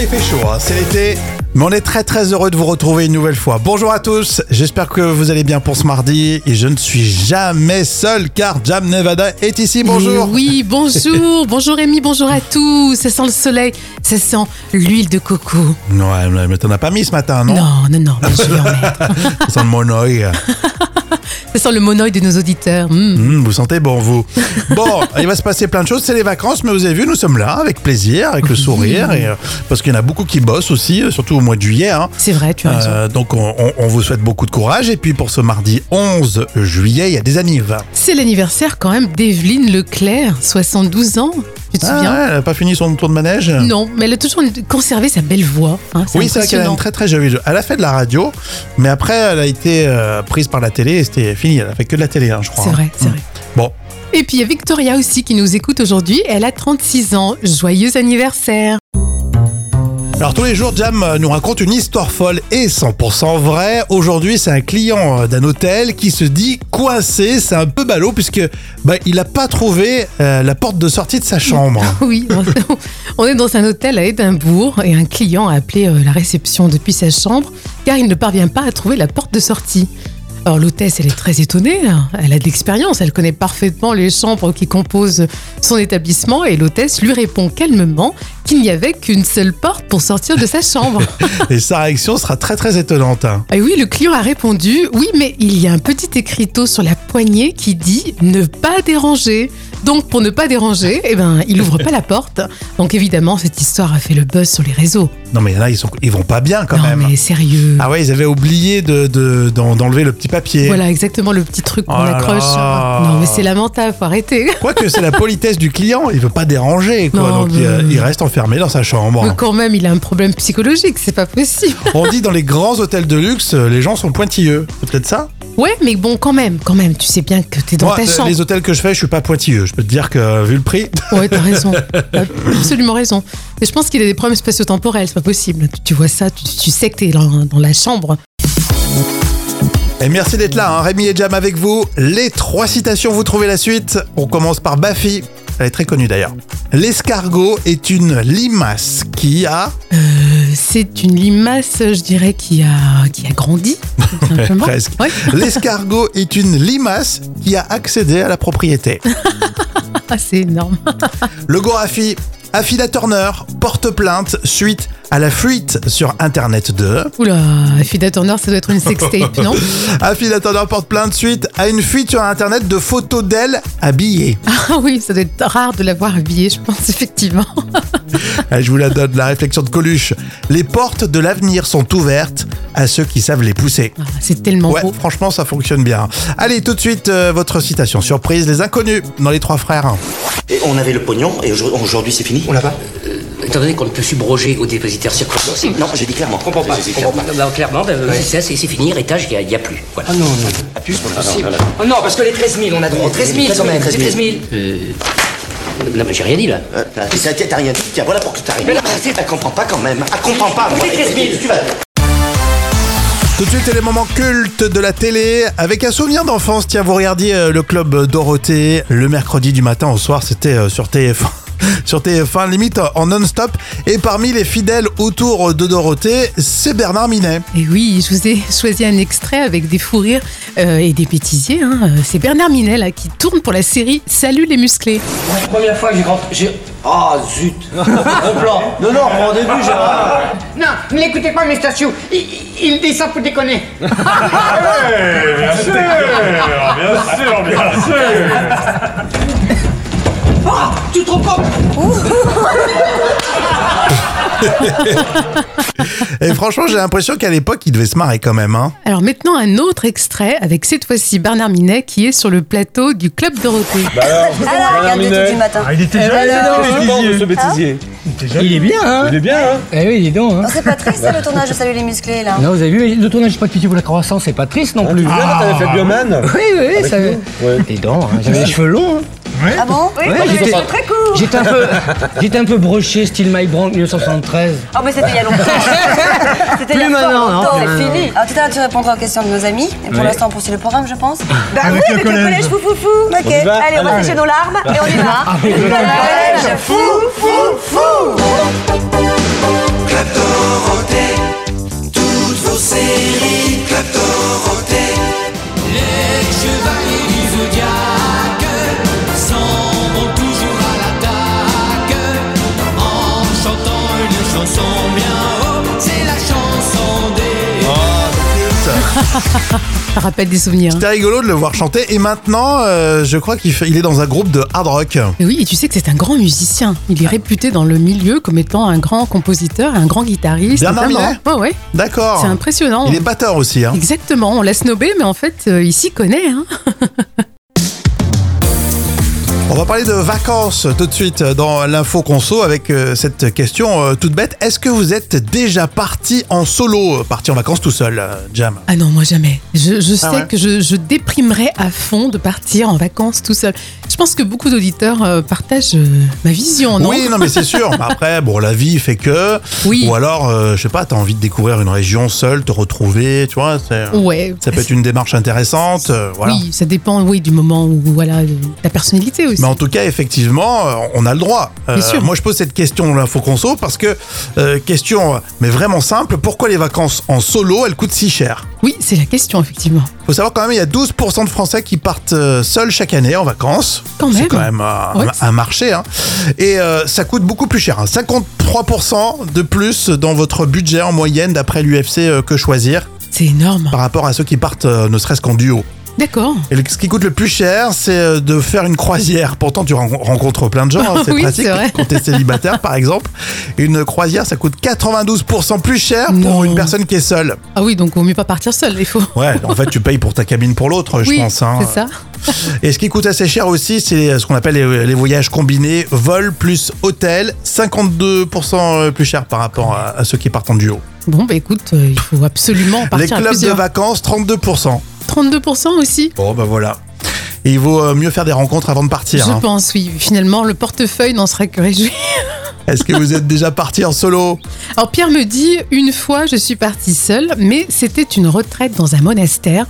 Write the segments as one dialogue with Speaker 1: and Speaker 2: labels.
Speaker 1: il fait chaud, hein, c'est l'été. Mais on est très très heureux de vous retrouver une nouvelle fois. Bonjour à tous, j'espère que vous allez bien pour ce mardi. Et je ne suis jamais seul car Jam Nevada est ici. Bonjour.
Speaker 2: Mais Eh Oui, bonjour. bonjour Rémi, bonjour à tous. Ça sent le soleil, ça sent l'huile de coco.
Speaker 1: Oh. Ouais, mais mais t'en as pas mis ce matin, non,
Speaker 2: Non, non, non, mais je vais en mettre.
Speaker 1: Ça sent le monoï.
Speaker 2: Ça sent le monoï de nos auditeurs. Hmm.
Speaker 1: Hum, vous sentez bon, vous. Bon, il va se passer plein de choses. C'est les vacances, mais vous avez vu, nous sommes là avec plaisir, avec le sourire. Et, euh, parce qu'il y en a beaucoup qui bossent aussi, euh, surtout au mois de juillet. hein.
Speaker 2: C'est vrai, tu as raison.
Speaker 1: Euh, donc on, on- on vous souhaite beaucoup de courage et puis pour ce mardi 11 juillet il y a des annives.
Speaker 2: C'est l'anniversaire quand même d'Evelyne Leclerc, 72 ans. Tu te
Speaker 1: Ah
Speaker 2: souviens
Speaker 1: ouais, elle a pas fini son tour de manège
Speaker 2: Non, mais elle a toujours conservé sa belle voix. hein.
Speaker 1: Oui, c'est vrai qu'elle a
Speaker 2: impressionnant.
Speaker 1: une très très jolie voix. Elle a fait de la radio, mais après elle a été euh, prise par la télé et c'était fini. Elle a fait que de la télé, hein, je crois.
Speaker 2: C'est
Speaker 1: hein.
Speaker 2: vrai, c'est
Speaker 1: Mm.
Speaker 2: vrai.
Speaker 1: Bon,
Speaker 2: Et puis il y a Victoria aussi qui nous écoute aujourd'hui. Elle a 36 ans. Joyeux anniversaire.
Speaker 1: alors tous les jours, Jam euh, nous raconte une histoire folle et 100% vraie. Aujourd'hui, c'est un client euh, d'un hôtel qui se dit coincé. C'est un peu ballot puisque bah, il n'a pas trouvé euh, la porte de sortie de sa chambre.
Speaker 2: Ah Oui, on est dans un hôtel à Édimbourg et un client a appelé euh, la réception depuis sa chambre car il ne parvient pas à trouver la porte de sortie. Alors l'hôtesse, elle est très étonnée, hein. elle a de l'expérience, elle connaît parfaitement les chambres qui composent son établissement et l'hôtesse lui répond calmement qu'il n'y avait qu'une seule porte pour sortir de sa chambre.
Speaker 1: et sa réaction sera très très étonnante. hein.
Speaker 2: Et Ah oui, le client a répondu Oui, mais il y a un petit écriteau sur la poignée qui dit ne pas déranger. Donc, pour ne pas déranger, eh ben, il ouvre pas la porte. Donc, évidemment, cette histoire a fait le buzz sur les réseaux.
Speaker 1: Non mais là ils sont ils vont pas bien quand
Speaker 2: non,
Speaker 1: même.
Speaker 2: mais sérieux.
Speaker 1: Ah ouais ils avaient oublié de de- d'en- d'enlever le petit papier.
Speaker 2: Voilà exactement le petit truc qu'on
Speaker 1: Oh là
Speaker 2: accroche.
Speaker 1: là.
Speaker 2: Non, mais c'est lamentable, faut arrêter.
Speaker 1: Quoique c'est la politesse du client, il veut pas déranger quoi,
Speaker 2: Non,
Speaker 1: donc il, euh,
Speaker 2: mais-
Speaker 1: il reste enfermé dans sa
Speaker 2: Mais
Speaker 1: chambre.
Speaker 2: quand même, il a un problème psychologique, c'est pas possible.
Speaker 1: On dit dans les grands hôtels de luxe, euh, les gens sont pointilleux. C'est peut-être ça
Speaker 2: Ouais, mais bon, quand même, quand même, tu sais bien que t'es dans
Speaker 1: Moi,
Speaker 2: ta
Speaker 1: euh,
Speaker 2: chambre.
Speaker 1: les hôtels que je fais, je suis pas pointilleux. Je peux te dire que euh, vu le prix,
Speaker 2: Ouais, t'as raison. T'as absolument raison. Mais je pense qu'il a des problèmes spatio-temporels, c'est pas possible. Tu- Tu vois ça, tu, tu sais que t'es dans, dans la chambre.
Speaker 1: Et merci d'être là, hein. Rémi et Jam avec vous. Les trois citations, vous trouvez la suite. On commence par Baffy. Elle est très connue d'ailleurs. L'escargot est une limace qui a...
Speaker 2: Euh, c'est une limace, je dirais, qui a, qui a grandi. tout simplement.
Speaker 1: presque.
Speaker 2: Ouais.
Speaker 1: L'escargot est une limace qui a accédé à la propriété.
Speaker 2: Ah, c'est énorme.
Speaker 1: Le Gorafi, Affida Turner, porte plainte suite à la fuite sur Internet de...
Speaker 2: Oula, Fida Turner, ça doit être une sextape, non
Speaker 1: Affida Turner porte plainte suite à une fuite sur Internet de photos d'elle habillée.
Speaker 2: Ah oui, ça doit être rare de l'avoir habillée, je pense, effectivement.
Speaker 1: Allez, Eh, Je vous la donne, la réflexion de Coluche. Les portes de l'avenir sont ouvertes à ceux qui savent les pousser.
Speaker 2: Ah, c'est tellement
Speaker 1: Ouais,
Speaker 2: beau.
Speaker 1: franchement, ça fonctionne bien. Allez, tout de suite, euh, votre citation surprise, les inconnus, dans les trois frères.
Speaker 3: Et on avait le pognon et aujourd'hui aujourd'hui, c'est fini On l'a pas
Speaker 4: Étant donné qu'on ne peut subroger aux dépositaires circonstanciés.
Speaker 3: Non, j'ai dit clairement. Comprends
Speaker 4: Bah, bah, clairement, bah, c'est ça, c'est c'est fini, héritage, il n'y a, il y a plus. Voilà.
Speaker 3: non, non. Appuie sur le
Speaker 4: Oh non, parce que les 13 000, on a droit. aux 13 000 quand même, c'est 13 000. Euh, Non, mais j'ai rien dit Euh, là.
Speaker 3: Euh, T'as rien dit, tiens, voilà pour que t'arrives.
Speaker 4: Mais non,
Speaker 3: Mais elle comprend pas quand même. Elle comprend pas. moi.
Speaker 4: Mais 13 000.
Speaker 3: Tu vas.
Speaker 1: Tout de suite, c'est les moments cultes de la télé. Avec un souvenir d'enfance, tiens, vous regardiez euh, le club Dorothée le mercredi du matin au soir, c'était euh, sur TF1. Sur TF1, limite euh, en non-stop. Et parmi les fidèles autour de Dorothée, c'est Bernard Minet.
Speaker 2: Et oui, je vous ai choisi un extrait avec des fous rires euh, et des bêtisiers. hein. Euh, C'est Bernard Minet là, qui tourne pour la série Salut les musclés.
Speaker 4: La première fois que j'ai rentré. j'ai- Ah zut Un plan
Speaker 3: Non, non, rendez-vous, Gérard.
Speaker 5: Non, n'écoutez pas mes stations. Il, il il dit ça pour déconner.
Speaker 4: Ah Tu te trompes
Speaker 1: Et franchement, j'ai l'impression qu'à l'époque, il devait se marrer quand même. Hein.
Speaker 2: Alors maintenant un autre extrait avec cette fois-ci Bernard Minet qui est sur le plateau du Club Dorothée.
Speaker 6: Alors, regarde de tout du matin. Hein
Speaker 7: Ah, il était joli, ce bêtisier. Il est bien, hein Il est bien, hein
Speaker 8: Eh oui, dis donc. Hein.
Speaker 6: Non, Oh, c'est pas triste le tournage de Salut les musclés là.
Speaker 8: Non, Ah, vous avez vu, le tournage du pas de pitié pour la croissance, c'est pas triste
Speaker 7: Ah,
Speaker 8: non plus. Ah,
Speaker 7: t'avais fait Bioman
Speaker 8: oui, oui, oui, ça. Dis donc, hein, j'avais les cheveux longs. hein.
Speaker 6: Ah bon Oui,
Speaker 8: Ouais,
Speaker 6: moi, j'avais
Speaker 8: j'étais-
Speaker 6: des cheveux très courts.
Speaker 8: J'étais un peu, j'étais un peu broché, style My Brank 1973.
Speaker 6: Ah mais c'était il y a longtemps. c'était il y a
Speaker 8: Plus
Speaker 6: fort
Speaker 8: maintenant, non,
Speaker 6: longtemps.
Speaker 8: plus maintenant.
Speaker 6: Alors, tout à l'heure, tu répondras aux questions de nos amis. Et pour
Speaker 8: Oui.
Speaker 6: l'instant, on poursuit le programme, je pense. Bah
Speaker 7: Avec oui, le avec le collège. collège
Speaker 6: fou fou fou. Ok,
Speaker 7: va
Speaker 6: allez, on va
Speaker 7: Allez. Ah,
Speaker 6: sécher nos larmes et on y va.
Speaker 8: Avec le
Speaker 6: collège fou fou fou.
Speaker 3: Club
Speaker 2: Ça rappelle des souvenirs. hein.
Speaker 1: C'était rigolo de le voir chanter. Et maintenant, euh, je crois qu'il fait- il est dans un groupe de hard rock.
Speaker 2: Mais oui, et tu sais que c'est un grand musicien. Il est réputé dans le milieu comme étant un grand compositeur, un grand guitariste.
Speaker 1: Bernard
Speaker 2: notamment.
Speaker 1: Minet
Speaker 2: Ouais, ouais.
Speaker 1: D'accord.
Speaker 2: C'est impressionnant.
Speaker 1: Il est batteur aussi. Hein.
Speaker 2: Exactement, on l'a snobé, mais en fait, euh, il s'y connaît. Hein.
Speaker 1: On va parler de vacances tout de suite dans l'info conso avec euh, cette question euh, toute bête. Est-ce que vous êtes déjà parti en solo, euh, parti en vacances tout seul, euh, Jam
Speaker 2: Ah non, moi jamais. Je, je sais
Speaker 1: Ah ouais
Speaker 2: que je, je déprimerais à fond de partir en vacances tout seul. Je pense que beaucoup d'auditeurs euh, partagent euh, ma vision, non
Speaker 1: Oui, non, mais c'est sûr. Mais Après, bon, la vie fait que.
Speaker 2: Oui.
Speaker 1: Ou alors, euh, je sais pas, t'as envie de découvrir une région seule, te retrouver, tu vois. c'est-
Speaker 2: Ouais.
Speaker 1: Ça peut être une démarche intéressante. euh, voilà.
Speaker 2: Oui, ça dépend oui, du moment où, voilà, de ta personnalité aussi.
Speaker 1: Mais en tout cas, effectivement, euh, on a le droit. Euh,
Speaker 2: Bien sûr.
Speaker 1: Moi, je pose cette question à l'info conso parce que, euh, question, mais vraiment simple, pourquoi les vacances en solo, elles coûtent si cher
Speaker 2: Oui, c'est la question, effectivement.
Speaker 1: Faut savoir quand même, il y a 12% de Français qui partent euh, seuls chaque année en vacances.
Speaker 2: Quand
Speaker 1: C'est
Speaker 2: même.
Speaker 1: quand même euh,
Speaker 2: Ouais.
Speaker 1: un, un marché. hein. Et euh, ça coûte beaucoup plus cher. hein. 53% de plus dans votre budget en moyenne d'après l'UFC euh, que choisir
Speaker 2: C'est énorme.
Speaker 1: par rapport à ceux qui partent euh, ne serait-ce qu'en duo.
Speaker 2: D'accord.
Speaker 1: Et le- ce qui coûte le plus cher, c'est euh, de faire une croisière. Pourtant, tu ren- rencontres plein de gens, hein, c'est
Speaker 2: Oui,
Speaker 1: pratique
Speaker 2: c'est vrai.
Speaker 1: quand t'es célibataire, par exemple. Une croisière, ça coûte 92% plus cher pour
Speaker 2: Non.
Speaker 1: une personne qui est seule.
Speaker 2: Ah oui, donc vaut mieux pas partir seul, il faut.
Speaker 1: Ouais, en fait, tu payes pour ta cabine pour l'autre, je
Speaker 2: oui,
Speaker 1: pense. hein.
Speaker 2: c'est ça.
Speaker 1: Et ce qui coûte assez cher aussi, c'est ce qu'on appelle les, les voyages combinés, vol plus hôtel, 52% euh, plus cher par rapport à, à ceux qui partent en duo.
Speaker 2: Bon, bah écoute, euh, il faut absolument
Speaker 1: les
Speaker 2: partir à
Speaker 1: clubs de
Speaker 2: plusieurs.
Speaker 1: vacances, 32%.
Speaker 2: 32% aussi
Speaker 1: Bon, bah voilà. Et il vaut euh, mieux faire des rencontres avant de partir.
Speaker 2: Je
Speaker 1: hein.
Speaker 2: pense, oui. Finalement, le portefeuille n'en serait que réjoui.
Speaker 1: Est-ce que vous êtes déjà parti en solo
Speaker 2: Alors Pierre me dit, une fois je suis partie seule, mais c'était une retraite dans un monastère.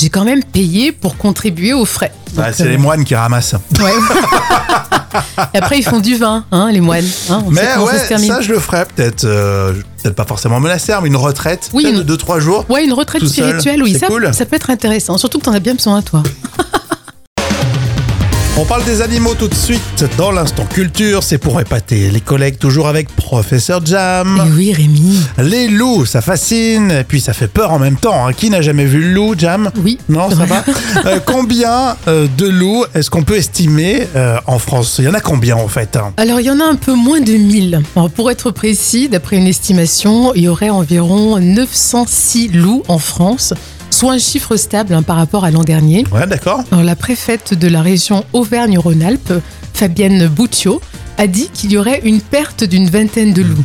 Speaker 2: J'ai quand même payé pour contribuer aux frais.
Speaker 1: Ouais,
Speaker 2: Donc,
Speaker 1: Ah, C'est
Speaker 2: euh,
Speaker 1: les moines qui ramassent.
Speaker 2: ouais. Et Bah, après, ils font du vin, hein, les moines. hein, on sait
Speaker 1: Mais
Speaker 2: comment ça se
Speaker 1: ouais,
Speaker 2: termine.
Speaker 1: ça je le ferais peut-être. euh, peut-être pas forcément en monastère, mais une retraite.
Speaker 2: Oui,
Speaker 1: peut-être
Speaker 2: une-
Speaker 1: de 2-3 jours.
Speaker 2: Ouais, une retraite
Speaker 1: Tout seul,
Speaker 2: spirituelle, oui,
Speaker 1: c'est
Speaker 2: ça,
Speaker 1: cool.
Speaker 2: ça peut être intéressant. Surtout que t'en as bien besoin, toi.
Speaker 1: On parle des animaux tout de suite dans l'instant culture. C'est pour épater les collègues, toujours avec Professeur Jam.
Speaker 2: Mais Eh oui, Rémi.
Speaker 1: Les loups, ça fascine, et puis ça fait peur en même temps. hein. Qui n'a jamais vu le loup, Jam
Speaker 2: Oui.
Speaker 1: Non,
Speaker 2: c'est
Speaker 1: ça
Speaker 2: vrai.
Speaker 1: va Euh, Combien euh, de loups est-ce qu'on peut estimer euh, en France Il y en a combien en fait hein
Speaker 2: Alors, il y en a un peu moins de 1000. Alors, pour être précis, d'après une estimation, il y aurait environ 906 loups en France, soit un chiffre stable hein, par rapport à l'an dernier.
Speaker 1: Ouais, d'accord.
Speaker 2: Alors, la préfète de la région Auvergne-Rhône-Alpes, Fabienne Boutiot, a dit qu'il y aurait une perte d'une vingtaine de loups.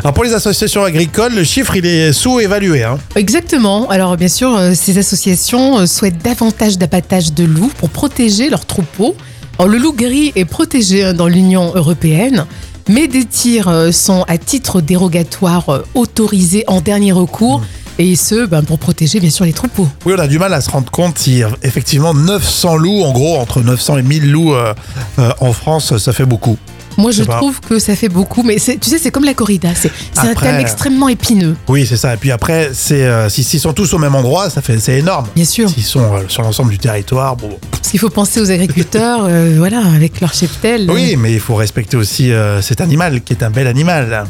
Speaker 1: Alors pour les associations agricoles, le chiffre il est sous-évalué. hein.
Speaker 2: Exactement. Alors, bien sûr, euh, ces associations euh, souhaitent davantage d'abattage de loups pour protéger leurs troupeaux. Alors, le loup gris est protégé hein, dans l'Union européenne, mais des tirs euh, sont à titre dérogatoire euh, autorisés en dernier recours,
Speaker 1: Mmh.
Speaker 2: et ce, ben, pour protéger bien sûr les troupeaux.
Speaker 1: Oui, on a du mal à se rendre compte si euh, effectivement 900 loups, en gros entre 900 et 1000 loups euh, euh, en France, ça fait beaucoup.
Speaker 2: Moi, je
Speaker 1: sais pas.
Speaker 2: trouve que ça fait beaucoup, mais c'est- tu sais, c'est comme la corrida, c'est c'est un
Speaker 1: Après,
Speaker 2: thème
Speaker 1: euh,
Speaker 2: extrêmement épineux,
Speaker 1: Oui, c'est ça. Et puis après, c'est euh, si- s'ils sont tous au même endroit, ça fait c'est énorme.
Speaker 2: bien sûr.
Speaker 1: S'ils sont euh, sur l'ensemble du territoire, bon.
Speaker 2: Parce qu'il faut penser aux agriculteurs, euh, voilà, avec leur cheptel.
Speaker 1: Oui, mais il faut respecter aussi euh, cet animal qui est un bel animal.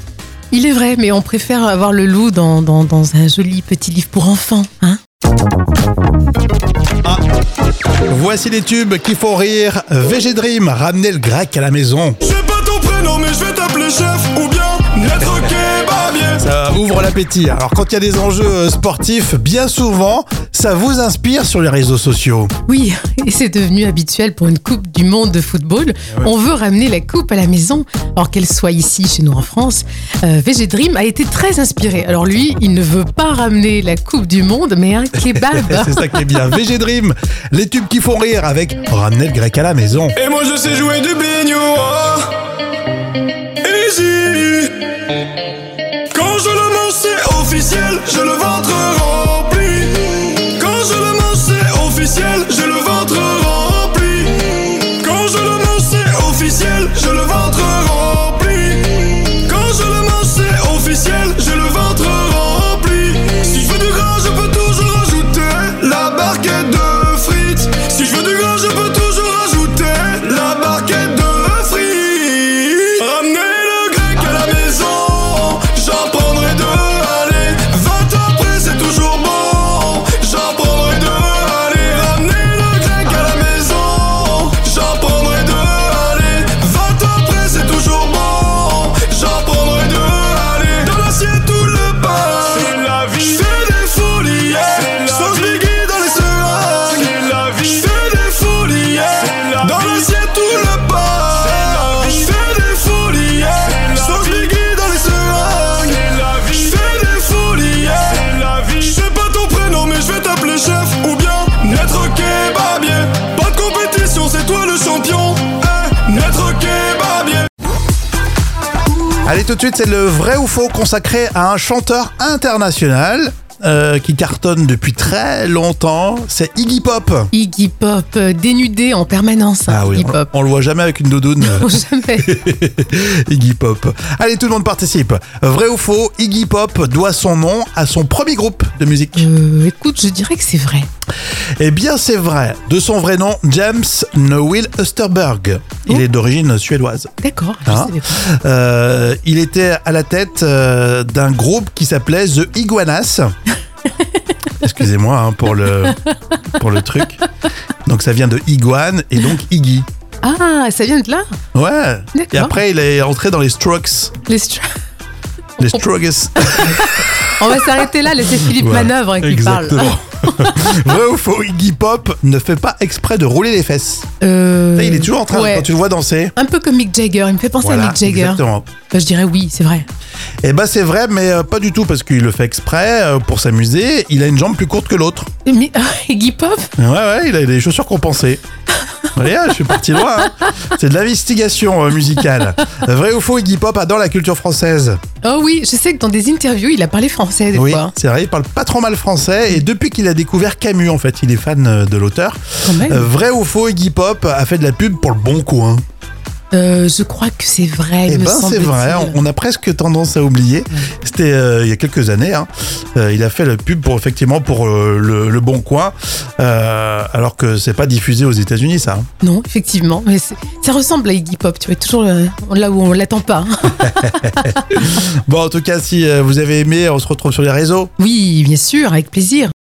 Speaker 2: Il est vrai, mais on préfère avoir le loup dans, dans, dans un joli petit livre pour enfants. Hein
Speaker 1: Voici les tubes qui font rire. VG Dream, ramenez le grec à la maison.
Speaker 9: J'ai pas ton prénom mais je vais t'appeler chef ou bien maître kebabier.
Speaker 1: Ça ouvre l'appétit. Alors quand il y a des enjeux euh, sportifs, bien souvent, ça vous inspire sur les réseaux sociaux.
Speaker 2: oui, et c'est devenu habituel pour une Coupe du Monde de football.
Speaker 1: Eh
Speaker 2: On veut ramener la coupe à la maison, alors qu'elle soit ici, chez nous en France. Euh, VG Dream a été très inspiré. Alors lui, il ne veut pas ramener la Coupe du Monde, mais un kebab.
Speaker 1: c'est ça qui est bien. VG Dream, les tubes qui font rire avec ramenez le grec à la maison.
Speaker 9: Et moi je sais jouer du bignou. oh. Easy. Quand je le mange c'est officiel, je le ventre rempli. Quand je le mange c'est officiel, je le ventre rempli. Quand je le mange c'est officiel, je le ventre rempli. Quand je le mange c'est officiel, je le ventre rempli. Si je veux du gras, je peux toujours rajouter la barquette de frites. Si je veux du gras, je peux toujours rajouter la barquette de frites. Ramenez le grec à la maison, j'en prendrai deux, allez, 20 ans
Speaker 1: Allez, tout de suite, c'est le vrai ou faux consacré à un chanteur international euh, qui cartonne depuis très longtemps. C'est Iggy Pop. Ah
Speaker 2: Iggy Pop, euh, dénudé en permanence. hein, Iggy
Speaker 1: on,
Speaker 2: Pop.
Speaker 1: on le voit jamais avec une doudoune.
Speaker 2: Faut jamais.
Speaker 1: Iggy Pop. Allez, tout le monde participe. Vrai ou faux, Iggy Pop doit son nom à son premier groupe de musique.
Speaker 2: Euh, écoute, je dirais que c'est vrai.
Speaker 1: Eh bien, c'est vrai. De son vrai nom, James Noel Österberg. Il
Speaker 2: Oh.
Speaker 1: est d'origine suédoise.
Speaker 2: D'accord. je
Speaker 1: Hein
Speaker 2: savais pas.
Speaker 1: Euh, il était à la tête euh, d'un groupe qui s'appelait The Iguanas. Excusez-moi hein, pour, le, pour le truc. Donc, ça vient de Iguane et donc Iggy.
Speaker 2: Ah, ça vient de là
Speaker 1: Ouais. Et
Speaker 2: D'accord.
Speaker 1: après, il est entré dans les Strokes.
Speaker 2: Les Stra-
Speaker 1: Les
Speaker 2: Oh.
Speaker 1: Strokes.
Speaker 2: On va s'arrêter là, laissez Philippe
Speaker 1: Voilà,
Speaker 2: Manœuvre qui parle.
Speaker 1: Exactement. Vrai ou faux, Iggy Pop ne fait pas exprès de rouler les fesses.
Speaker 2: Euh,
Speaker 1: Là, il est toujours en train,
Speaker 2: ouais.
Speaker 1: quand tu le vois danser.
Speaker 2: Un peu comme Mick Jagger, il me fait penser à Mick Jagger.
Speaker 1: exactement.
Speaker 2: Bah, je dirais oui, c'est vrai.
Speaker 1: Eh ben c'est vrai, mais euh, pas du tout parce qu'il le fait exprès euh, pour s'amuser. Il a une jambe plus courte que l'autre.
Speaker 2: Mais, Iggy Pop
Speaker 1: Ouais ouais, il a des chaussures compensées. Allez, je suis parti loin. hein. C'est de l'investigation euh, musicale. Vrai ou faux, Iggy Pop adore la culture française.
Speaker 2: Oh oui, je sais que dans des interviews, il a parlé français des
Speaker 1: oui,
Speaker 2: fois.
Speaker 1: c'est vrai, il parle pas trop mal français et depuis qu'il a découvert Camus, en fait, il est fan euh, de l'auteur.
Speaker 2: Quand même.
Speaker 1: Euh, vrai ou faux, Iggy Pop a fait de la pub pour le bon coin.
Speaker 2: Euh, je crois que c'est vrai.
Speaker 1: Eh
Speaker 2: me
Speaker 1: ben c'est
Speaker 2: semble-t-il.
Speaker 1: vrai, on- on a presque tendance à oublier. C'était euh, il y a quelques années. hein. Euh, il a fait la pub pour effectivement pour euh, le, le Bon Coin, euh, alors que c'est pas diffusé aux États-Unis ça. hein.
Speaker 2: Non, effectivement. Mais c'est- ça ressemble à Iggy Pop, tu vois, toujours euh, là où on l'attend pas. hein.
Speaker 1: Bon en tout cas si euh, vous avez aimé, on se retrouve sur les réseaux.
Speaker 2: oui, bien sûr, avec plaisir.